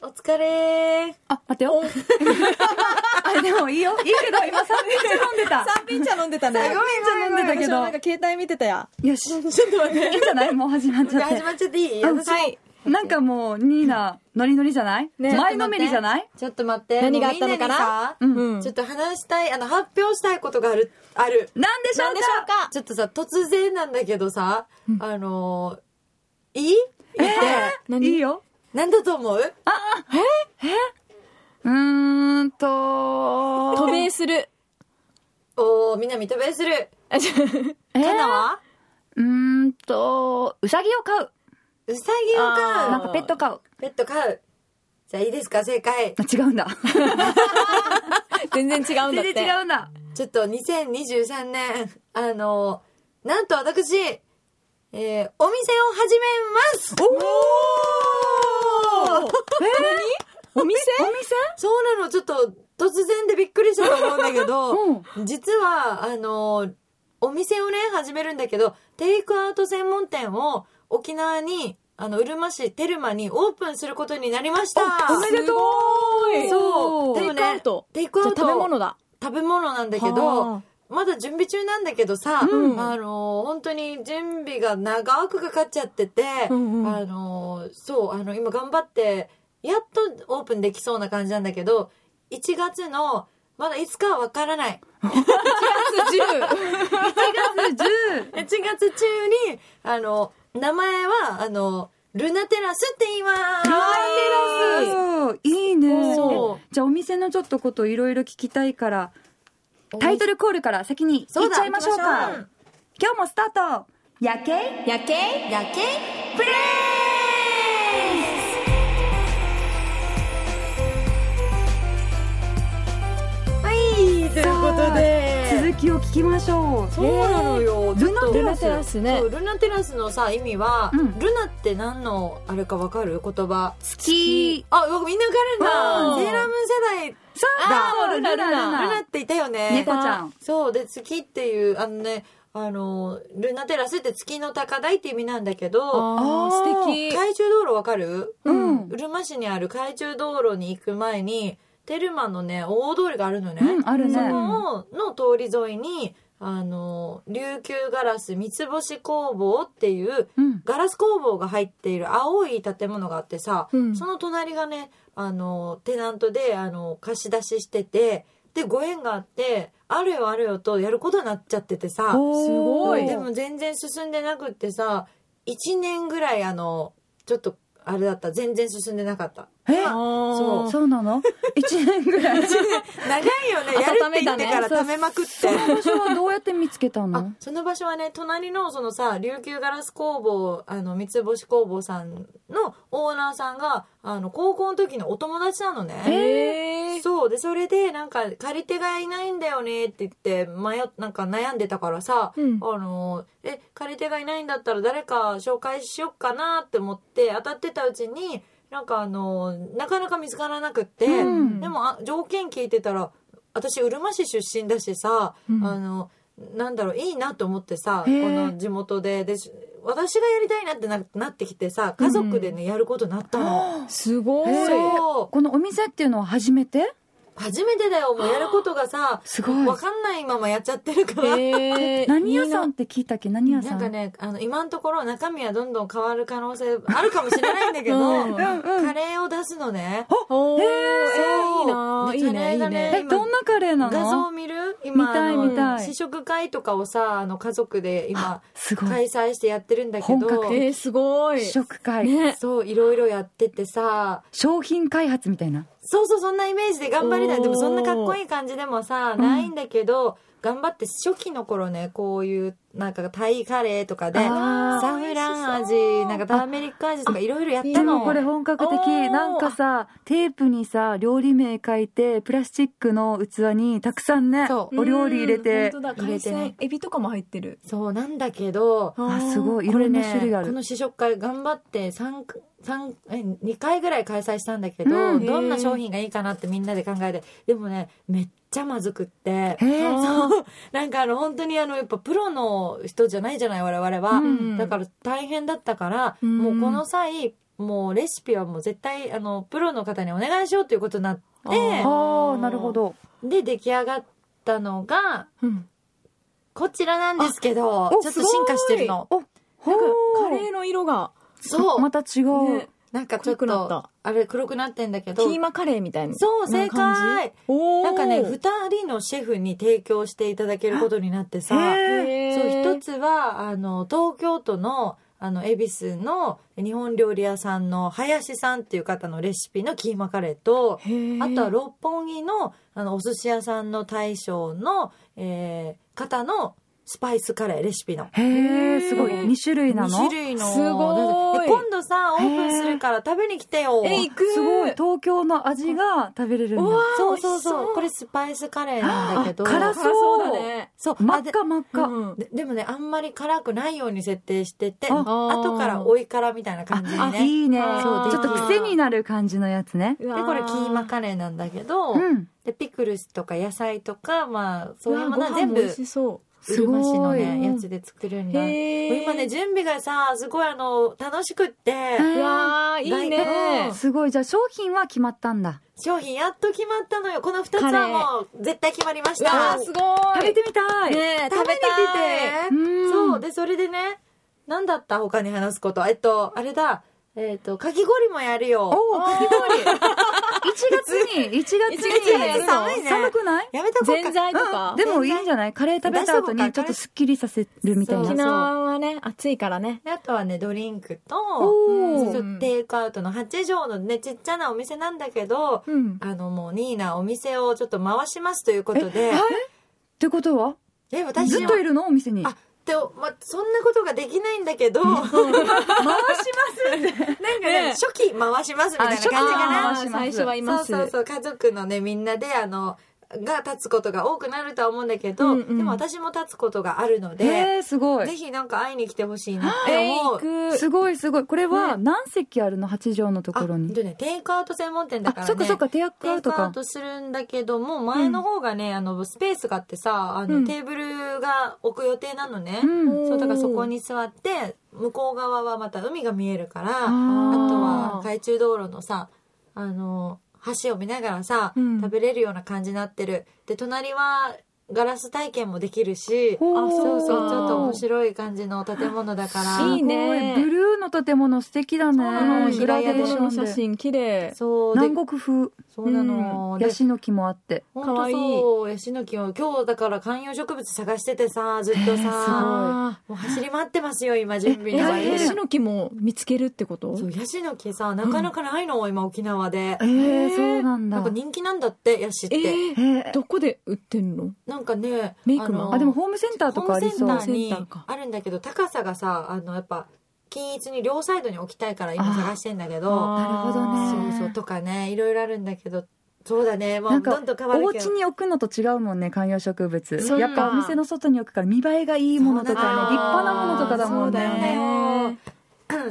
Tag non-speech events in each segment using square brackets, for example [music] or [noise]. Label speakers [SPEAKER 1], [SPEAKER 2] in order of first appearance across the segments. [SPEAKER 1] 疲れー。
[SPEAKER 2] あ、待ってよ。あ、でもいいよ。いいけど、今3ピン [laughs] 茶飲んでた。
[SPEAKER 3] 三品茶飲んでたね。
[SPEAKER 1] ごめん
[SPEAKER 2] ごめんごめん
[SPEAKER 3] 私もなんか携帯見てたや。
[SPEAKER 2] よし。ちょっと待って。いいんじゃないもう始まっちゃって
[SPEAKER 1] 始。まっちゃっていい
[SPEAKER 2] うん
[SPEAKER 1] 私も
[SPEAKER 2] はいなんかもう、ニーナ、ノリノリじゃない
[SPEAKER 3] ね
[SPEAKER 2] 前のめりじゃない
[SPEAKER 1] ちょっと待って。
[SPEAKER 3] 何があったのかな
[SPEAKER 1] もうみんなに
[SPEAKER 3] うん
[SPEAKER 1] さちょっと話したい、あの、発表したいことがある、ある。
[SPEAKER 2] なんでしょう
[SPEAKER 3] なんでしょ
[SPEAKER 2] か
[SPEAKER 3] うか
[SPEAKER 1] ちょっとさ、突然なんだけどさ、あのー、いい言って、
[SPEAKER 3] 何
[SPEAKER 2] いいよ。
[SPEAKER 1] なんだと思う
[SPEAKER 2] うーんと、
[SPEAKER 3] 渡米する。 [laughs]
[SPEAKER 1] おー、みんな認めする。
[SPEAKER 3] あちょ
[SPEAKER 2] えー
[SPEAKER 1] かなは
[SPEAKER 2] うーんと、うさぎを飼う。
[SPEAKER 1] うさぎを
[SPEAKER 3] あー
[SPEAKER 1] 飼
[SPEAKER 2] なん
[SPEAKER 1] う。
[SPEAKER 2] かペット飼う。
[SPEAKER 1] ペット飼う。じゃあいいですか、正解。
[SPEAKER 2] あ違うんだ。
[SPEAKER 3] 全然違うんだって。
[SPEAKER 2] 全然違うんだ。
[SPEAKER 1] ちょっと2023年、あのー、なんと私、えー、お店を始めますおー
[SPEAKER 3] お店
[SPEAKER 2] お店
[SPEAKER 1] そうなの、ちょっと突然でびっくりしたと思 [laughs] うんだけど、実は、あの、お店をね、始めるんだけど、テイクアウト専門店を沖縄に、あの、うるま市テルマにオープンすることになりました。
[SPEAKER 2] おめでとう
[SPEAKER 3] すごい
[SPEAKER 1] そう。
[SPEAKER 3] テイクアウト。
[SPEAKER 1] テイクア
[SPEAKER 3] じゃ
[SPEAKER 1] ウ
[SPEAKER 3] あ
[SPEAKER 1] ト。
[SPEAKER 3] 食べ物だ。
[SPEAKER 1] 食べ物なんだけ
[SPEAKER 3] は
[SPEAKER 1] ど
[SPEAKER 3] あ、
[SPEAKER 1] まだ準備中なんだけどさ、
[SPEAKER 3] うん
[SPEAKER 1] あのー、本当に準備が長くかかっちゃってて、
[SPEAKER 3] うんうん
[SPEAKER 1] あのー、そう、あの、今頑張って、やっとオープンできそうな感じなんだけど、1月の、まだいつかはわからない。
[SPEAKER 2] 1月10。
[SPEAKER 1] 1月中に、あの、名前は、あの、ルナテラスって言います。
[SPEAKER 2] スいいね
[SPEAKER 1] そう
[SPEAKER 2] じゃあお店のちょっとこといろいろ聞きたいからタイトルコールから先に行っちゃいましょうか
[SPEAKER 1] そうだ
[SPEAKER 2] 今日もスタート夜景
[SPEAKER 3] 夜景
[SPEAKER 1] 夜景
[SPEAKER 2] プレ
[SPEAKER 1] はい、ということ
[SPEAKER 2] イ
[SPEAKER 1] で。
[SPEAKER 2] 続きを聞きましょう
[SPEAKER 1] そうなのよ。
[SPEAKER 2] ルナテ
[SPEAKER 3] ル
[SPEAKER 2] ラ
[SPEAKER 3] ナ
[SPEAKER 2] ス
[SPEAKER 3] テラスね
[SPEAKER 1] そう。ルナテラスのさ意味は、
[SPEAKER 2] うん
[SPEAKER 1] ルナって何のあれかわかる言葉
[SPEAKER 2] 月
[SPEAKER 1] あうわみんなわかるん
[SPEAKER 3] うん
[SPEAKER 1] だセーラームーン世
[SPEAKER 2] そう
[SPEAKER 3] あー
[SPEAKER 2] だ
[SPEAKER 3] ルナルナ
[SPEAKER 1] 代ルナっていたよね
[SPEAKER 2] 猫ちゃん
[SPEAKER 1] そうで月っていうあのねあのルナテラスって月の高台って意味なんだけど
[SPEAKER 3] あー素敵。
[SPEAKER 1] 海中道路わかる、
[SPEAKER 2] うん
[SPEAKER 1] うるま市にある海中道路に行く前にテルマのね大通りがあるのね、
[SPEAKER 2] うんあるね
[SPEAKER 1] そこの通り沿いにあの琉球ガラス三つ星工房っていう
[SPEAKER 2] うん
[SPEAKER 1] ガラス工房が入っている青い建物があってさ、
[SPEAKER 3] うん
[SPEAKER 1] その隣がねあのテナントであの貸し出ししててでご縁があってあるよあるよとやることになっちゃっててさ
[SPEAKER 2] す
[SPEAKER 3] ごい
[SPEAKER 1] でも全然進んでなくってさ1年ぐらいあのちょっとあれだった全然進んでなかった
[SPEAKER 2] え
[SPEAKER 1] そ
[SPEAKER 3] そう
[SPEAKER 2] そうなの一年ぐ [laughs] ら
[SPEAKER 1] 長
[SPEAKER 2] い
[SPEAKER 1] いよねやるって言ってから
[SPEAKER 3] 温めたね
[SPEAKER 1] ためまくって。
[SPEAKER 2] 場所はどうやって見つけた
[SPEAKER 1] あ
[SPEAKER 2] の
[SPEAKER 1] その場所はね隣のそのさ琉球ガラス工房あの三つ星工房さんのオーナーさんがあの高校の時のお友達なのね
[SPEAKER 3] えー
[SPEAKER 1] そうでそれでなんか借り手がいないんだよねって言って迷っなんか悩んでたからさ、
[SPEAKER 3] うん
[SPEAKER 1] あのえ借り手がいないんだったら誰か紹介しよっかなって思って当たってたうちになんかあのなかなか見つからなくって、
[SPEAKER 2] うん
[SPEAKER 1] でもあ条件聞いてたら私うるま市出身だしさ、
[SPEAKER 3] うん
[SPEAKER 1] あのなんだろういいなと思ってさこ
[SPEAKER 2] へえ
[SPEAKER 1] の地元ででし私がやりたいなってななってきてさ家族でね、やることになったの。
[SPEAKER 3] すごい。
[SPEAKER 1] そう
[SPEAKER 2] このお店っていうのは初めて
[SPEAKER 1] 初めてだよもうやることがさ
[SPEAKER 2] すごい
[SPEAKER 1] わかんないままやっちゃってるから、
[SPEAKER 3] えー
[SPEAKER 2] 何屋さんって聞いたっけ何屋
[SPEAKER 1] な
[SPEAKER 2] さ
[SPEAKER 1] んんかねあの今のところ中身はどんどん変わる可能性あるかもしれないんだけど、
[SPEAKER 3] うん
[SPEAKER 1] カレーを出すのね
[SPEAKER 3] おー
[SPEAKER 1] そう
[SPEAKER 3] い
[SPEAKER 1] で
[SPEAKER 3] いないい
[SPEAKER 1] カレ
[SPEAKER 3] ねい
[SPEAKER 1] ー
[SPEAKER 3] い
[SPEAKER 1] が
[SPEAKER 3] ね
[SPEAKER 1] ね
[SPEAKER 2] えどんなカレーな
[SPEAKER 1] 画像
[SPEAKER 2] の
[SPEAKER 1] 見る今
[SPEAKER 2] 見たい
[SPEAKER 1] あの
[SPEAKER 2] 見たい
[SPEAKER 1] 試食会とかをさあの家族で今
[SPEAKER 2] すごい
[SPEAKER 1] 開催してやってるんだけ
[SPEAKER 2] 本
[SPEAKER 1] ど
[SPEAKER 2] 格
[SPEAKER 3] えーすごい
[SPEAKER 2] 試食会、
[SPEAKER 3] ね
[SPEAKER 1] そういろいろやっててさ
[SPEAKER 2] 商品開発みたいな
[SPEAKER 1] そうそうそんなイメージで頑張りた
[SPEAKER 3] お
[SPEAKER 1] い
[SPEAKER 3] ー
[SPEAKER 1] でもそんなかっこいい感じでもさないんだけど、頑張って初期の頃ねこういうなんかタイカレーとかで
[SPEAKER 2] あー
[SPEAKER 1] サフラン味なんかターメリック味とかいろいろやっ
[SPEAKER 2] で
[SPEAKER 1] た
[SPEAKER 2] も
[SPEAKER 1] の
[SPEAKER 2] これ本格的
[SPEAKER 3] おー
[SPEAKER 2] なんかさテープにさ料理名書いてプラスチックの器にたくさんね
[SPEAKER 1] そ
[SPEAKER 2] お料理入れて
[SPEAKER 3] うん本当だ
[SPEAKER 1] 入れ
[SPEAKER 3] 海
[SPEAKER 1] てね
[SPEAKER 3] 鮮エビとかも入ってる
[SPEAKER 1] そうなんだけど
[SPEAKER 2] あすご
[SPEAKER 3] い
[SPEAKER 2] いいろんな
[SPEAKER 1] これね
[SPEAKER 2] 種類あ
[SPEAKER 1] こ
[SPEAKER 2] る
[SPEAKER 1] の試食会頑張って三三え2回ぐらい開催したんだけど、
[SPEAKER 2] うん
[SPEAKER 1] どんな商品がいいかなってみんなで考えてでもねめっちゃまずくって
[SPEAKER 2] へえ
[SPEAKER 1] そうなんかあの本当にあのやっぱプロの人じゃないじゃない我々は、
[SPEAKER 2] うん
[SPEAKER 1] だから大変だったから、
[SPEAKER 3] うん
[SPEAKER 1] もうこの際もうレシピはもう絶対あのプロの方にお願いしようということになって
[SPEAKER 2] ああなるほど
[SPEAKER 1] で出来上がったのが
[SPEAKER 3] うん
[SPEAKER 1] こちらなんですけど
[SPEAKER 2] あお
[SPEAKER 1] ちょっと進化してるの
[SPEAKER 3] なんかカ
[SPEAKER 2] ー
[SPEAKER 3] レーの色が
[SPEAKER 1] そう
[SPEAKER 2] また違う、
[SPEAKER 3] ね
[SPEAKER 1] なんかちょっ
[SPEAKER 3] 黒くなった
[SPEAKER 1] とあれ黒くなってんだけ
[SPEAKER 3] キ
[SPEAKER 1] ど
[SPEAKER 3] ーマカレーみたいな
[SPEAKER 1] そう正
[SPEAKER 3] な感
[SPEAKER 1] 解
[SPEAKER 3] おー
[SPEAKER 1] なんかね2人のシェフに提供していただけることになってさ
[SPEAKER 3] へー
[SPEAKER 1] そう一つはあの東京都のあの恵比寿の日本料理屋さんの林さんっていう方のレシピのキーマカレーと
[SPEAKER 3] へー
[SPEAKER 1] あとは六本木のあのお寿司屋さんの大将の、えー方のスパイスカレーレシピの。
[SPEAKER 2] へえすごい
[SPEAKER 3] へー
[SPEAKER 2] 2種類な
[SPEAKER 1] 2
[SPEAKER 2] の
[SPEAKER 1] 種類の
[SPEAKER 3] すごい
[SPEAKER 1] で今度さオープンするから食べに来てよ
[SPEAKER 3] え行く
[SPEAKER 2] すごい東京の味が食べれるん
[SPEAKER 3] うわ
[SPEAKER 2] だ
[SPEAKER 3] ー
[SPEAKER 1] そうそうそう
[SPEAKER 3] 美味し
[SPEAKER 1] これスパイスカレーなんだけど
[SPEAKER 2] あ辛
[SPEAKER 3] 辛そうだね
[SPEAKER 1] そう
[SPEAKER 2] 真
[SPEAKER 1] あ
[SPEAKER 2] っ
[SPEAKER 1] で
[SPEAKER 2] 赤真っ赤、
[SPEAKER 3] うん
[SPEAKER 1] ででもねあんまり辛くないように設定してて
[SPEAKER 2] あ
[SPEAKER 1] 後から追い辛みたいな感じに
[SPEAKER 2] あ
[SPEAKER 1] ね
[SPEAKER 2] いいね
[SPEAKER 1] そう
[SPEAKER 2] ちょっと癖になる感じのやつね
[SPEAKER 3] で
[SPEAKER 1] でこれキーマカレーなんだけど、
[SPEAKER 2] うん
[SPEAKER 1] でピクルスとか野菜とかまあそういうものは
[SPEAKER 3] 全
[SPEAKER 1] 全
[SPEAKER 3] 部
[SPEAKER 1] 部
[SPEAKER 3] 美
[SPEAKER 1] う
[SPEAKER 3] 味しそ
[SPEAKER 1] るま市の
[SPEAKER 2] すごい
[SPEAKER 1] ねやつで作れるん
[SPEAKER 3] う
[SPEAKER 1] だもう
[SPEAKER 3] へ
[SPEAKER 1] 今ね準備がさすごいあの楽しくって、
[SPEAKER 2] うん
[SPEAKER 3] うわーいいね
[SPEAKER 2] すごいじゃあ商品は決まったんだ
[SPEAKER 1] 商品やっと決まったのよこの2つ
[SPEAKER 3] カレー
[SPEAKER 1] はもう絶対決まりまし
[SPEAKER 3] うわ
[SPEAKER 1] た
[SPEAKER 3] ーす
[SPEAKER 2] 食
[SPEAKER 3] ご
[SPEAKER 2] べ
[SPEAKER 3] い
[SPEAKER 2] てみたい、
[SPEAKER 1] ねえ食べてきて
[SPEAKER 2] うん
[SPEAKER 1] そうでそれでね何だった他に話すことえっとあれだえっとかき氷もやるよ
[SPEAKER 2] おおかき氷1月に1月
[SPEAKER 1] [laughs]
[SPEAKER 2] に
[SPEAKER 3] 1月にやるの
[SPEAKER 1] 寒いね
[SPEAKER 2] 寒くない
[SPEAKER 1] やめとこう
[SPEAKER 3] ぜ
[SPEAKER 1] んか
[SPEAKER 3] ざいとか
[SPEAKER 2] でもいいんじゃないカレー食べ
[SPEAKER 1] 出し
[SPEAKER 2] た後
[SPEAKER 1] とこう
[SPEAKER 2] に
[SPEAKER 1] か
[SPEAKER 2] ちょっとすっきりさせるみたい
[SPEAKER 1] そう
[SPEAKER 2] な
[SPEAKER 3] 沖縄はね暑いからね
[SPEAKER 1] であとはねドリンクと
[SPEAKER 2] お
[SPEAKER 1] ちょっ
[SPEAKER 2] ー
[SPEAKER 1] とテイクアウトの8畳のねちっちゃなお店なんだけど
[SPEAKER 3] うん
[SPEAKER 1] あのもうニーナお店をちょっと回しますということで
[SPEAKER 2] ってことは
[SPEAKER 1] え私
[SPEAKER 2] ずっといるのお店に
[SPEAKER 1] あでも、まあ、そんなことができないんだけど、なんかね、初期回しますみたいな感じ
[SPEAKER 2] あ
[SPEAKER 1] か
[SPEAKER 2] 初期回します
[SPEAKER 3] 最初はい
[SPEAKER 1] な。そ
[SPEAKER 3] ま
[SPEAKER 1] う
[SPEAKER 3] す
[SPEAKER 1] そうそう、家族のね、みんなで、あの、が立つことが多くなるとは思うんだけど、
[SPEAKER 3] うんうん
[SPEAKER 1] でも私も立つことがあるので、
[SPEAKER 2] えー、すご
[SPEAKER 1] ぜ
[SPEAKER 2] い
[SPEAKER 1] ひなんか会いに来てほしいなっ
[SPEAKER 3] え
[SPEAKER 1] て
[SPEAKER 3] ー
[SPEAKER 1] 思う。
[SPEAKER 3] 行く
[SPEAKER 2] すごいすごいこれは何席あるの8畳のと
[SPEAKER 1] あ、
[SPEAKER 2] ころ
[SPEAKER 1] 本
[SPEAKER 2] に
[SPEAKER 1] 当ね、テイクアウト専門店だ
[SPEAKER 2] あ
[SPEAKER 1] からね。
[SPEAKER 2] そっかそっかテイクア
[SPEAKER 1] テイ
[SPEAKER 2] ウト
[SPEAKER 1] クア
[SPEAKER 2] か
[SPEAKER 1] ウトするんだけども、前の方がね、あの、スペースがあってさ、あの、
[SPEAKER 3] うん
[SPEAKER 1] テーブルが置く予定なのね。
[SPEAKER 2] うん
[SPEAKER 1] そう、だからそこに座って、向こう側はまた海が見えるから、あ
[SPEAKER 2] ー
[SPEAKER 1] とは海中道路のさあの橋を見ながらさ、
[SPEAKER 3] うん
[SPEAKER 1] 食べれるような感じになってるで隣はガラス体験もできるし
[SPEAKER 2] ほー
[SPEAKER 3] あ
[SPEAKER 1] そう
[SPEAKER 3] か
[SPEAKER 1] そうちょっと面白い感じの建物だから
[SPEAKER 3] いいね
[SPEAKER 2] すごいブルーの建物素敵だね
[SPEAKER 1] そうなの
[SPEAKER 2] グラデーショ
[SPEAKER 3] の写
[SPEAKER 2] ンで
[SPEAKER 3] 真綺麗
[SPEAKER 1] そうで
[SPEAKER 2] 南国風
[SPEAKER 1] そうなの、で
[SPEAKER 2] ヤシの木もあって
[SPEAKER 1] ほん
[SPEAKER 3] かわ
[SPEAKER 1] と
[SPEAKER 3] いい
[SPEAKER 1] そうヤシの木を今日だから観葉植物探しててさずっと
[SPEAKER 2] へー
[SPEAKER 1] さ
[SPEAKER 2] す
[SPEAKER 3] [laughs]
[SPEAKER 2] ごい
[SPEAKER 3] あ
[SPEAKER 1] もう走り回ってますよ今準備
[SPEAKER 3] ー
[SPEAKER 1] の
[SPEAKER 2] 大
[SPEAKER 1] 前
[SPEAKER 2] 変
[SPEAKER 3] え
[SPEAKER 1] で
[SPEAKER 3] ヤシの木も見つけるってこと
[SPEAKER 1] そうヤシの木さなかなかないの、今沖縄で
[SPEAKER 2] えー、そうなんだ
[SPEAKER 1] なんか人気なんだってヤシって、
[SPEAKER 3] え
[SPEAKER 2] え
[SPEAKER 3] ー
[SPEAKER 2] ー
[SPEAKER 3] どこで売ってんの
[SPEAKER 1] なんかね
[SPEAKER 3] メイクマン
[SPEAKER 1] の
[SPEAKER 2] あでもホームセンターと
[SPEAKER 1] ホ
[SPEAKER 2] かあ
[SPEAKER 1] ー
[SPEAKER 2] り
[SPEAKER 1] ムセ
[SPEAKER 2] そ
[SPEAKER 1] ン
[SPEAKER 2] う
[SPEAKER 1] タ
[SPEAKER 3] ホームセ
[SPEAKER 1] ー
[SPEAKER 3] ン
[SPEAKER 1] に
[SPEAKER 3] ターか
[SPEAKER 1] あるんだけど高さがさあのやっぱ均一に両サイドに置きたいから今探してんだけど
[SPEAKER 2] なるほどね
[SPEAKER 1] そ
[SPEAKER 2] あー
[SPEAKER 1] うそうとかねいろいろあるんだけどそうだねも
[SPEAKER 2] な
[SPEAKER 1] うん
[SPEAKER 2] か
[SPEAKER 1] どんどん変わ
[SPEAKER 2] お
[SPEAKER 1] るけ
[SPEAKER 2] 家
[SPEAKER 1] ど
[SPEAKER 2] に置くのと違うもんね観葉植物
[SPEAKER 1] そう
[SPEAKER 2] やっぱお店の外に置くから見栄えがいいものと
[SPEAKER 1] そうなん
[SPEAKER 2] か
[SPEAKER 1] だ
[SPEAKER 2] ね立派なものとかだもん
[SPEAKER 1] そうだ
[SPEAKER 2] ね
[SPEAKER 1] よね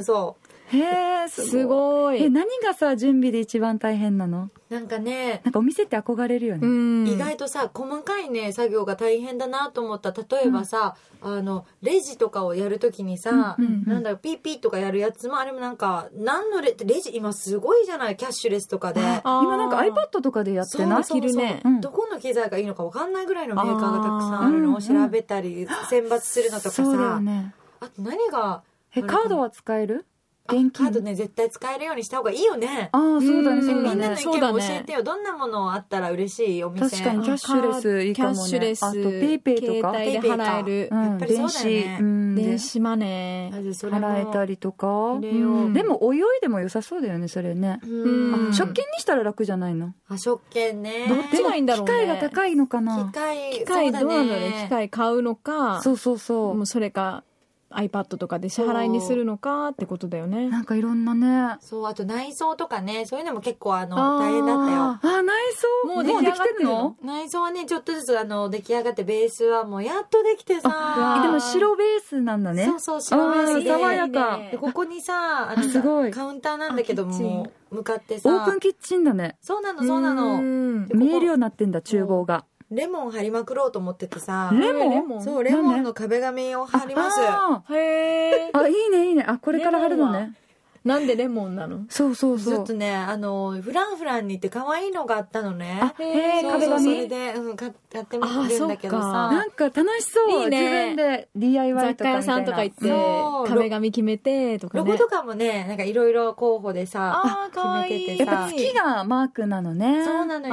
[SPEAKER 1] そ
[SPEAKER 2] へえ
[SPEAKER 3] すごい
[SPEAKER 2] え何がさ準備で一番大変なの
[SPEAKER 1] うなんかね
[SPEAKER 2] なんかお店って憧れるよね、
[SPEAKER 3] ん
[SPEAKER 1] 意外とさ細かいね作業が大変だなと思った例えばさ、あのレジとかをやるときにさ、
[SPEAKER 2] うんうんうん
[SPEAKER 1] なんだろうピーピーとかやるやつもあれもなんか何のレレジ今すごいじゃないキャッシュレスとかで。
[SPEAKER 3] あー
[SPEAKER 2] 今なんか iPad とかでやってない
[SPEAKER 1] そうそうそう
[SPEAKER 3] できるね
[SPEAKER 2] うん
[SPEAKER 1] どこの機材がいいのか分かんないぐらいのメーカーがたくさんあるのを
[SPEAKER 2] あ
[SPEAKER 1] 調
[SPEAKER 2] ー
[SPEAKER 1] べたり選抜するのとかさ、
[SPEAKER 2] そうだよね
[SPEAKER 1] あと何が
[SPEAKER 2] えカードは使える
[SPEAKER 1] あ
[SPEAKER 2] 現金
[SPEAKER 1] カードね絶対使えるようにした方がいいよね
[SPEAKER 2] ああそうだ
[SPEAKER 3] う
[SPEAKER 2] ね
[SPEAKER 3] ん
[SPEAKER 2] そう
[SPEAKER 1] み
[SPEAKER 2] だ
[SPEAKER 1] んなの
[SPEAKER 2] ね
[SPEAKER 1] 意
[SPEAKER 3] そうだ
[SPEAKER 1] 見も
[SPEAKER 3] ね
[SPEAKER 1] 教えてよどんなものあったら嬉しいお店
[SPEAKER 2] 確かにキャッシュレスいいかもね
[SPEAKER 3] キャッシュレス
[SPEAKER 2] あとペイペイとか
[SPEAKER 3] 携帯で払える
[SPEAKER 2] うん
[SPEAKER 1] やっぱりそうだよね
[SPEAKER 2] 電子うん
[SPEAKER 3] 電子マネ
[SPEAKER 1] あ
[SPEAKER 3] ー
[SPEAKER 1] じゃあそれも
[SPEAKER 2] 払えたりとか
[SPEAKER 1] 入れよう
[SPEAKER 3] うん
[SPEAKER 2] でもお祝いでも良さそうだよねそれね、
[SPEAKER 1] うん
[SPEAKER 3] うん
[SPEAKER 2] あ食券にしたら楽じゃないの
[SPEAKER 1] あ食券ね
[SPEAKER 3] どっちがいいんだろうね
[SPEAKER 2] 機械が高いのかな
[SPEAKER 1] 機械
[SPEAKER 3] 機械どうなのね機械買うのか
[SPEAKER 2] そうそうそ
[SPEAKER 3] も
[SPEAKER 2] う
[SPEAKER 3] うそれか iPad とかで支払いにするのかってことだよね
[SPEAKER 2] なんかいろんなね
[SPEAKER 1] そうあと内装とかねそういうのも結構あの
[SPEAKER 3] あー
[SPEAKER 1] 大変だったよ
[SPEAKER 2] あ内装
[SPEAKER 3] もう出来上がってるの
[SPEAKER 1] 内装はねちょっとずつあの出来上がってベースはもうやっとできて
[SPEAKER 3] あ
[SPEAKER 1] さ
[SPEAKER 2] えでも白ベースなんだね
[SPEAKER 1] そうそう白ベースで
[SPEAKER 2] あー爽やか
[SPEAKER 3] いいね
[SPEAKER 1] でここにさあの
[SPEAKER 2] すごい
[SPEAKER 1] カウンターなんだけど
[SPEAKER 3] あキッチン
[SPEAKER 1] も向かって
[SPEAKER 2] オー
[SPEAKER 1] さ
[SPEAKER 2] プンキッチンだね
[SPEAKER 1] そうなのそうなの
[SPEAKER 3] ん
[SPEAKER 1] ここ
[SPEAKER 2] 見えるようになってんだ厨房が
[SPEAKER 1] レモン貼りまくろうと思っててさ
[SPEAKER 2] レモン
[SPEAKER 1] そうレモンの壁紙を貼ります
[SPEAKER 2] あ
[SPEAKER 3] へえ
[SPEAKER 2] ーあいいねいいねあこれから貼るのね
[SPEAKER 3] なんでレモン
[SPEAKER 2] [laughs]
[SPEAKER 3] なの
[SPEAKER 2] そうそう
[SPEAKER 1] ず
[SPEAKER 2] そ
[SPEAKER 1] っ
[SPEAKER 2] う
[SPEAKER 1] と。ね、あの、フランフランに行って可愛いのがあったのね。
[SPEAKER 2] あへえ
[SPEAKER 1] そう
[SPEAKER 2] 壁
[SPEAKER 1] そうそれ
[SPEAKER 2] 紙
[SPEAKER 1] で、うん、買買ってみ
[SPEAKER 3] あ
[SPEAKER 1] るんだけど
[SPEAKER 3] そ
[SPEAKER 1] さ
[SPEAKER 2] なんか楽しそう。
[SPEAKER 3] いいね
[SPEAKER 2] 自分で DIY
[SPEAKER 3] 雑
[SPEAKER 2] とか
[SPEAKER 3] 貨
[SPEAKER 2] みたいな。
[SPEAKER 3] 屋さんとか行って
[SPEAKER 1] そう
[SPEAKER 3] 壁紙決めてとか
[SPEAKER 1] ロ
[SPEAKER 3] ね
[SPEAKER 1] ゴとかもねなんかいろいろ候補でさ
[SPEAKER 3] あー
[SPEAKER 1] 決
[SPEAKER 3] かわ
[SPEAKER 1] め
[SPEAKER 3] い
[SPEAKER 1] て
[SPEAKER 3] い
[SPEAKER 1] て
[SPEAKER 2] や
[SPEAKER 1] さ
[SPEAKER 2] っぱ月がマークなのね。
[SPEAKER 1] そうなの
[SPEAKER 3] あ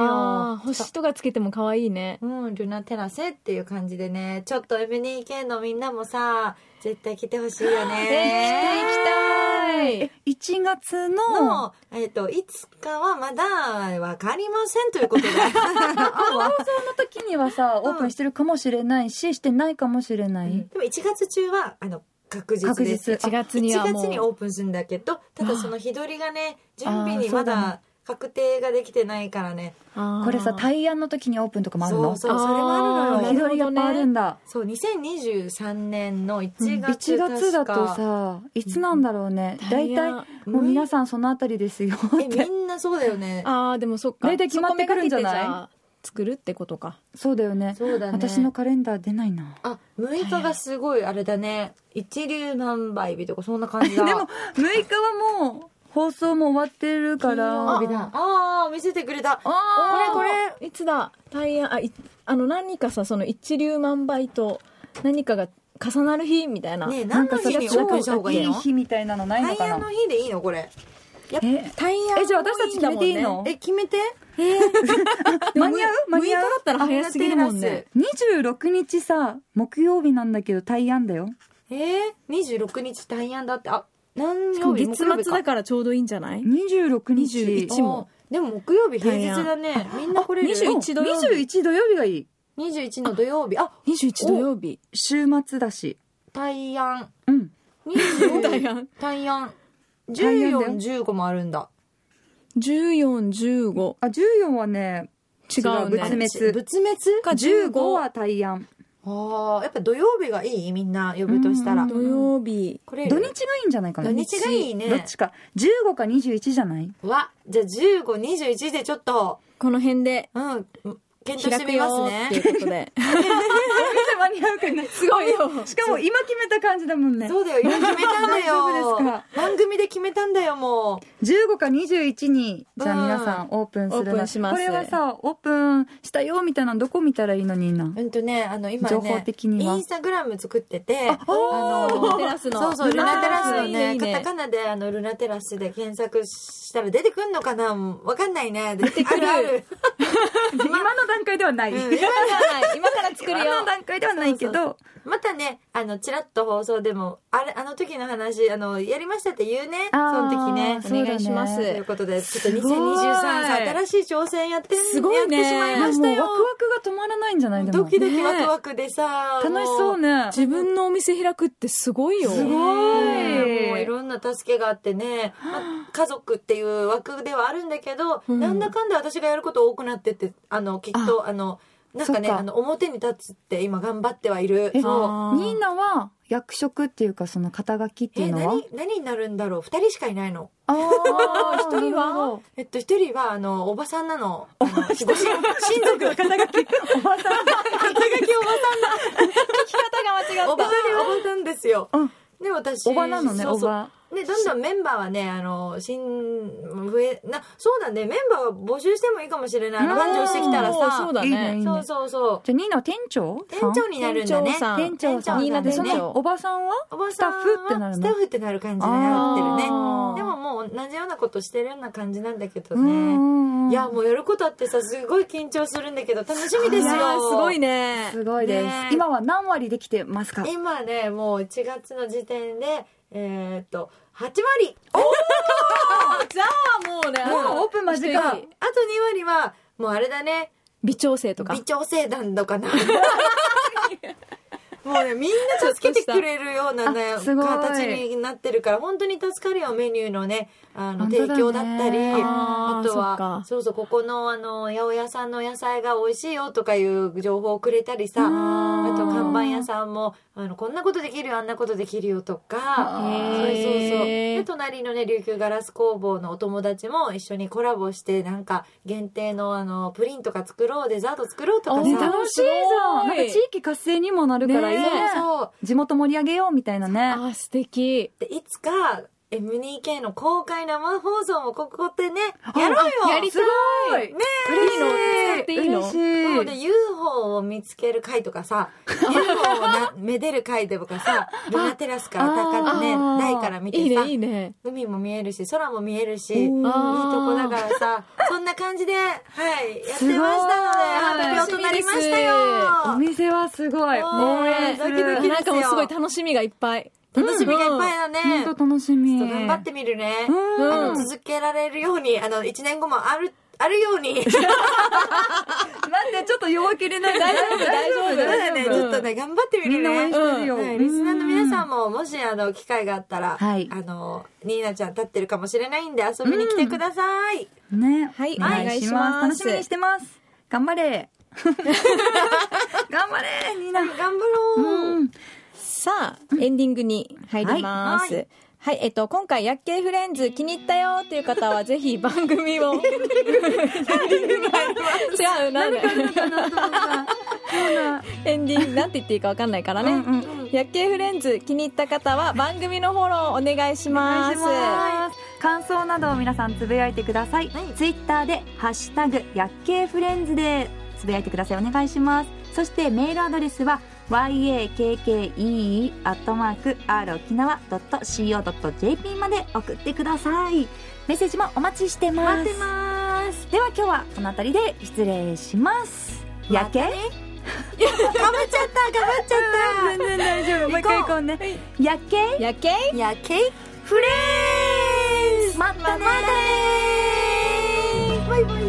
[SPEAKER 1] よ
[SPEAKER 3] ー星とかつけても可愛いね
[SPEAKER 1] うん、ルナテラセっていう感じでねちょっと MNEK のみんなもさ絶対来てほしいよね。
[SPEAKER 3] 行きたい
[SPEAKER 2] 1月の、
[SPEAKER 1] の、えっと、いつかはまだわかりませんということ
[SPEAKER 3] [laughs]
[SPEAKER 1] で。
[SPEAKER 2] その時にはさ、
[SPEAKER 1] うん
[SPEAKER 2] オープンしてるかもしれないし、してないかもしれない。
[SPEAKER 1] でも1月中は、あの、確実
[SPEAKER 2] 確
[SPEAKER 1] です。
[SPEAKER 2] 実。
[SPEAKER 3] 1月に
[SPEAKER 1] 1
[SPEAKER 3] はもう
[SPEAKER 1] 月にオープンするんだけど、ただその日取りがね、準備にま
[SPEAKER 3] あーそうだ
[SPEAKER 1] だ確定ができてないからね。
[SPEAKER 3] あー
[SPEAKER 2] これさ、対案の時にオープンとかもある
[SPEAKER 1] そ
[SPEAKER 2] の
[SPEAKER 1] うそう、それもあるの
[SPEAKER 3] あ
[SPEAKER 1] よ
[SPEAKER 2] 日
[SPEAKER 3] ー。
[SPEAKER 2] 取りやっぱあるんだ。
[SPEAKER 1] そう、2023年の1月
[SPEAKER 2] 1月だと
[SPEAKER 1] 確か
[SPEAKER 2] さ、いつなんだろうね。
[SPEAKER 3] タ
[SPEAKER 2] 大
[SPEAKER 3] イヤ
[SPEAKER 2] 体、もう皆さんそのあたりですよ
[SPEAKER 1] え、
[SPEAKER 2] って
[SPEAKER 1] み。んなそうだよね。
[SPEAKER 3] ああでもそっか
[SPEAKER 2] 大体決まってくるんじゃない
[SPEAKER 3] そこめがけてじゃあ作るってことか
[SPEAKER 2] そうだよね。
[SPEAKER 1] そうだね。
[SPEAKER 2] 私のカレンダー出ないな。
[SPEAKER 1] あ、6日がすごいあれだね。一流万倍日とかそんな感じ
[SPEAKER 2] [laughs] で
[SPEAKER 1] だ。
[SPEAKER 2] も、6日はもう、放送も終わってるか
[SPEAKER 1] 金
[SPEAKER 2] ら。
[SPEAKER 1] 曜日だ。ああ、見せてくれた。
[SPEAKER 2] あ
[SPEAKER 1] これこれ
[SPEAKER 3] れいつだタイヤあいあの何かさその一粒万倍と何かが重なる日みたいな、
[SPEAKER 1] ねえ、
[SPEAKER 2] な
[SPEAKER 1] 何
[SPEAKER 2] ん
[SPEAKER 1] の
[SPEAKER 2] かさ、
[SPEAKER 1] 日にオープンした方がいいの
[SPEAKER 2] 超日みたいなのない
[SPEAKER 1] タ
[SPEAKER 2] の
[SPEAKER 1] イ
[SPEAKER 2] か
[SPEAKER 1] ヤの
[SPEAKER 2] な
[SPEAKER 1] 日でいいのこれ。
[SPEAKER 2] え、
[SPEAKER 3] タイヤ
[SPEAKER 2] えじゃあ私たち決めていいの
[SPEAKER 1] え、決めて。
[SPEAKER 2] [laughs] 間に合う間に合う
[SPEAKER 3] だったら早すぎるもんね
[SPEAKER 2] 26日さ、木曜日なんだけど、対案だよ。
[SPEAKER 1] えー、26日大安だって。あ、何
[SPEAKER 3] しかも
[SPEAKER 1] 曜日
[SPEAKER 3] 月末だからちょうどいいんじゃない
[SPEAKER 2] 26日。
[SPEAKER 3] 21も。
[SPEAKER 1] あーでも木曜日平日だね。みんな来れる。
[SPEAKER 3] あ21土曜日
[SPEAKER 2] 21土曜日がいい。
[SPEAKER 1] 21の土曜日。あ、
[SPEAKER 3] 21土曜日
[SPEAKER 2] 週末だし。
[SPEAKER 1] 大安。
[SPEAKER 2] うん。
[SPEAKER 1] 20
[SPEAKER 3] 大安
[SPEAKER 1] 大安。
[SPEAKER 2] 大安だよ
[SPEAKER 1] 14、15もあるんだ。
[SPEAKER 3] 1415
[SPEAKER 2] あ、14はね、
[SPEAKER 3] 違うね
[SPEAKER 2] 違う別滅
[SPEAKER 1] 仏滅
[SPEAKER 3] か
[SPEAKER 2] 15
[SPEAKER 3] 15
[SPEAKER 2] は対案。
[SPEAKER 1] ああ、やっぱ土曜日がいいみんな呼ぶとした
[SPEAKER 2] う
[SPEAKER 1] ら
[SPEAKER 2] ん。
[SPEAKER 3] 土曜日
[SPEAKER 1] これ
[SPEAKER 2] 土日がいいんじゃないかな。
[SPEAKER 1] 土日がいいね
[SPEAKER 2] どっちか。15か21じ
[SPEAKER 1] [laughs]
[SPEAKER 2] ゃない
[SPEAKER 1] わ、じゃあ15、21でちょっと、
[SPEAKER 3] この辺で
[SPEAKER 1] うん、検討し
[SPEAKER 3] 開
[SPEAKER 1] て
[SPEAKER 3] く
[SPEAKER 1] みま
[SPEAKER 3] よ
[SPEAKER 1] す
[SPEAKER 3] ーって
[SPEAKER 1] ね。
[SPEAKER 3] いうことで
[SPEAKER 2] 間に合うかな。
[SPEAKER 3] すごいよ
[SPEAKER 2] しかも今決めた感じだもんね。
[SPEAKER 1] そうだよ、今決めたんだ
[SPEAKER 2] [laughs] 大丈夫です
[SPEAKER 1] よ
[SPEAKER 2] か。
[SPEAKER 1] 番組で決めたんだよ、も
[SPEAKER 2] 15か21に、じゃあ皆さんオープンする
[SPEAKER 3] オープ
[SPEAKER 2] の
[SPEAKER 3] ンします
[SPEAKER 2] これはさ、オープンしたよみたいなのどこ見たらいいのにな
[SPEAKER 1] う。。うんとね、あの、今
[SPEAKER 2] 情報
[SPEAKER 1] ね、
[SPEAKER 2] 的には
[SPEAKER 1] インスタグラム作ってて、あ
[SPEAKER 3] ルナテラスの
[SPEAKER 1] そうそう、ルナテラスの
[SPEAKER 3] いいね
[SPEAKER 1] ね、
[SPEAKER 3] いい
[SPEAKER 1] カ
[SPEAKER 3] ね
[SPEAKER 1] タカナで、あの、ルナテラスで検索したら出てくんのかなわかんないね。出て
[SPEAKER 3] くる
[SPEAKER 1] あるある。
[SPEAKER 2] 今の段階ではない。
[SPEAKER 1] うん
[SPEAKER 2] 今
[SPEAKER 3] 今から作るよ
[SPEAKER 2] の段階ではないけど、
[SPEAKER 1] またね、あの、ちらっと放送でも、あれ、あの時の話、あの、やりましたって言うね、そ
[SPEAKER 2] あー
[SPEAKER 1] の時ね。
[SPEAKER 2] そうだね
[SPEAKER 3] お願いします
[SPEAKER 1] ということで、ちょっと
[SPEAKER 2] すごい
[SPEAKER 1] 2023さ、新しい挑戦やってん
[SPEAKER 3] すごいね
[SPEAKER 1] やってしまいました
[SPEAKER 2] もうワク
[SPEAKER 1] よ。
[SPEAKER 2] ワクが止まらないんじゃないでも
[SPEAKER 1] ド。キドキワクワクでさ、
[SPEAKER 2] 楽しそう
[SPEAKER 1] ね。
[SPEAKER 2] ね。
[SPEAKER 3] [laughs] 自分のお店開くってすごいよ
[SPEAKER 2] すごい
[SPEAKER 1] ねもういろんな助けがあってね、まあ家族っていう枠ではあるんだけど、
[SPEAKER 3] うん
[SPEAKER 1] なんだかんだ私がやること多くなってって、あの、きっと、あの、なんかね、
[SPEAKER 2] そっか
[SPEAKER 1] あの、表に立つって今頑張ってはいる。
[SPEAKER 2] え
[SPEAKER 1] そう。
[SPEAKER 3] あー
[SPEAKER 2] ニーナは役職っていうかその肩書きってい
[SPEAKER 1] え、
[SPEAKER 2] うのは
[SPEAKER 1] 何、何になるんだろう二人しかいないの。
[SPEAKER 2] あ
[SPEAKER 3] あー
[SPEAKER 1] [laughs]
[SPEAKER 2] ー
[SPEAKER 3] 一人は
[SPEAKER 2] なるほど
[SPEAKER 1] えっと、一人は、あの、おばさんなの。あの
[SPEAKER 2] [laughs]
[SPEAKER 1] ご親親族の肩書き。
[SPEAKER 2] おばさ
[SPEAKER 1] 肩
[SPEAKER 2] ん
[SPEAKER 1] 書きおば
[SPEAKER 3] 聞き方
[SPEAKER 1] さん。おば、お
[SPEAKER 3] っ
[SPEAKER 1] ばさんですよ。
[SPEAKER 2] うん
[SPEAKER 1] で、私。
[SPEAKER 2] おばなのね、
[SPEAKER 1] そう
[SPEAKER 2] お
[SPEAKER 1] そう
[SPEAKER 2] ば。
[SPEAKER 1] ね、どんどんメンバーはね、あの、新、増え、な、そうだね、メンバーは募集してもいいかもしれない。あの
[SPEAKER 2] うん
[SPEAKER 1] 繁盛してきたら
[SPEAKER 3] そ
[SPEAKER 1] さ
[SPEAKER 3] う。だ
[SPEAKER 2] いいねい
[SPEAKER 3] ね
[SPEAKER 2] いね
[SPEAKER 1] そうそうそう。
[SPEAKER 2] じゃあ、ニーナは店長
[SPEAKER 1] 店長になるんだね
[SPEAKER 3] 店長。さん
[SPEAKER 2] 店長さ
[SPEAKER 1] 店長さ
[SPEAKER 2] ん。
[SPEAKER 1] んニーナ
[SPEAKER 2] で、
[SPEAKER 1] 店
[SPEAKER 2] そ
[SPEAKER 1] 長
[SPEAKER 2] のおばさんは
[SPEAKER 1] おば
[SPEAKER 2] スタ
[SPEAKER 1] さん
[SPEAKER 2] ッ
[SPEAKER 1] は
[SPEAKER 2] フってなるの
[SPEAKER 1] スタッフってなる感じになってるね。でももう同じようなことしてるような感じなんだけどね。いや、もうやることあってさ、すごい緊張するんだけど、楽しみですよ。
[SPEAKER 3] いやーすごいね
[SPEAKER 2] すごいです
[SPEAKER 1] ね。
[SPEAKER 2] 今は何割できてますか
[SPEAKER 1] 今ねもう1月の時点でえーっと8割
[SPEAKER 3] じゃあもうね
[SPEAKER 2] もうオープン間近
[SPEAKER 3] ぜ
[SPEAKER 1] ああと
[SPEAKER 3] ひ
[SPEAKER 1] 2割はもうあれだね
[SPEAKER 3] 微調整とか
[SPEAKER 1] 微調整団とか
[SPEAKER 2] [laughs]
[SPEAKER 1] なもうねみんな助けてくれるようなね
[SPEAKER 2] あすごい
[SPEAKER 1] 形になってるから本当に助かるよメニューのねあの
[SPEAKER 2] 本
[SPEAKER 1] 提
[SPEAKER 2] 当
[SPEAKER 1] 供だっ
[SPEAKER 2] だね
[SPEAKER 1] たり
[SPEAKER 3] あ
[SPEAKER 1] あ
[SPEAKER 3] ー
[SPEAKER 1] と
[SPEAKER 3] そっ
[SPEAKER 1] は
[SPEAKER 3] か
[SPEAKER 1] そうそうここのあの八百屋さんの野菜が美味しいよとかいう情報をくれたりさ
[SPEAKER 2] ん
[SPEAKER 1] あと看板屋さんもあのこんなことできるよあんなことできるよとかそうそうそう
[SPEAKER 3] へー
[SPEAKER 1] で隣のね琉球ガラス工房のお友達も一緒にコラボしてなんか限定のあのプリンとか作ろうデザート作ろうとか
[SPEAKER 3] あ
[SPEAKER 1] さ
[SPEAKER 2] ね
[SPEAKER 3] ー
[SPEAKER 2] 楽しいじゃん。
[SPEAKER 3] す
[SPEAKER 2] な
[SPEAKER 3] ご
[SPEAKER 2] ん
[SPEAKER 3] い
[SPEAKER 2] か地域活性にもなるからいいね
[SPEAKER 3] ね。
[SPEAKER 1] そう
[SPEAKER 2] 地元盛り上げようみたいなね。
[SPEAKER 3] あー素敵
[SPEAKER 1] でいつか M2K の公開生放送もここでね、やろうよ
[SPEAKER 3] やりたい
[SPEAKER 2] い
[SPEAKER 1] ねえ
[SPEAKER 3] 嬉しいの使っていいの
[SPEAKER 2] 嬉し
[SPEAKER 1] そ
[SPEAKER 2] いう
[SPEAKER 1] で UFO を見つける回とか
[SPEAKER 2] [laughs]
[SPEAKER 1] さ UFO をなめでる回とかさルナテラスから高ね
[SPEAKER 2] あー
[SPEAKER 1] 台から見てさ
[SPEAKER 3] いいねいいね
[SPEAKER 1] 海も見えるし空も見えるしいい
[SPEAKER 2] お
[SPEAKER 1] と
[SPEAKER 2] ー
[SPEAKER 1] こだからさそんな感じではいやってましたの
[SPEAKER 2] すごい
[SPEAKER 1] で発表となりましたよ
[SPEAKER 2] お店はすごい
[SPEAKER 1] おー
[SPEAKER 2] 応援する
[SPEAKER 1] ドキドキ
[SPEAKER 3] なんかもうすごい楽しみがいっぱい
[SPEAKER 1] 楽しみがいっぱいだね、
[SPEAKER 2] 本当楽しみ
[SPEAKER 1] ちょっと頑張ってみるね、
[SPEAKER 2] うん
[SPEAKER 1] あの続けられるようにあの1年後もあるあるように
[SPEAKER 2] 待ってちょっと弱気でない大丈夫 [laughs] 大丈夫
[SPEAKER 1] [laughs] そうだねちょっとね頑張ってみ
[SPEAKER 2] み
[SPEAKER 1] る
[SPEAKER 2] ん
[SPEAKER 1] ね
[SPEAKER 2] な応援してるよ、
[SPEAKER 1] はい、リスナーの皆さ
[SPEAKER 2] うん
[SPEAKER 1] ももしあの機会があったら、
[SPEAKER 2] はい
[SPEAKER 1] あのニーナちゃん立ってるかもしれないんで遊びに来てください、
[SPEAKER 2] んね
[SPEAKER 3] はい
[SPEAKER 2] お願いします
[SPEAKER 3] お願いします
[SPEAKER 2] 楽しみにしてます頑張 [laughs] れ頑張 [laughs] れみんな
[SPEAKER 1] 頑張ろう、
[SPEAKER 2] うん
[SPEAKER 3] さあ、エンディングに入ります。
[SPEAKER 1] は
[SPEAKER 3] はい、えっと、今回、薬系フレンズ気に入ったよという方は、ぜひ番組を。違う、なんで。エンディング、なんて言っていいかわかんないからね。
[SPEAKER 2] うんうん
[SPEAKER 3] 薬系フレンズ気に入った方は、番組のフォローお願いし
[SPEAKER 2] お願
[SPEAKER 3] ま
[SPEAKER 2] い
[SPEAKER 3] す。
[SPEAKER 2] します感想などを皆さんつぶやいてください、
[SPEAKER 1] はい
[SPEAKER 2] ツイッターで「ハッシュタグ薬系フレンズ」でつぶやいてくださいお願いしますそしてメールアドレスは yakkee.rokinawa.co.jp まで送ってくださいメッセージもお待ちしてます
[SPEAKER 1] 待ってます
[SPEAKER 2] では今日はこの辺りで失礼しますやけ [laughs]
[SPEAKER 1] かぶっちゃったかぶっちゃった
[SPEAKER 2] 全然大丈夫もう一回行こうねやけ
[SPEAKER 3] 薬系
[SPEAKER 1] 夜景フレンズ
[SPEAKER 2] またね
[SPEAKER 1] またねバイバイ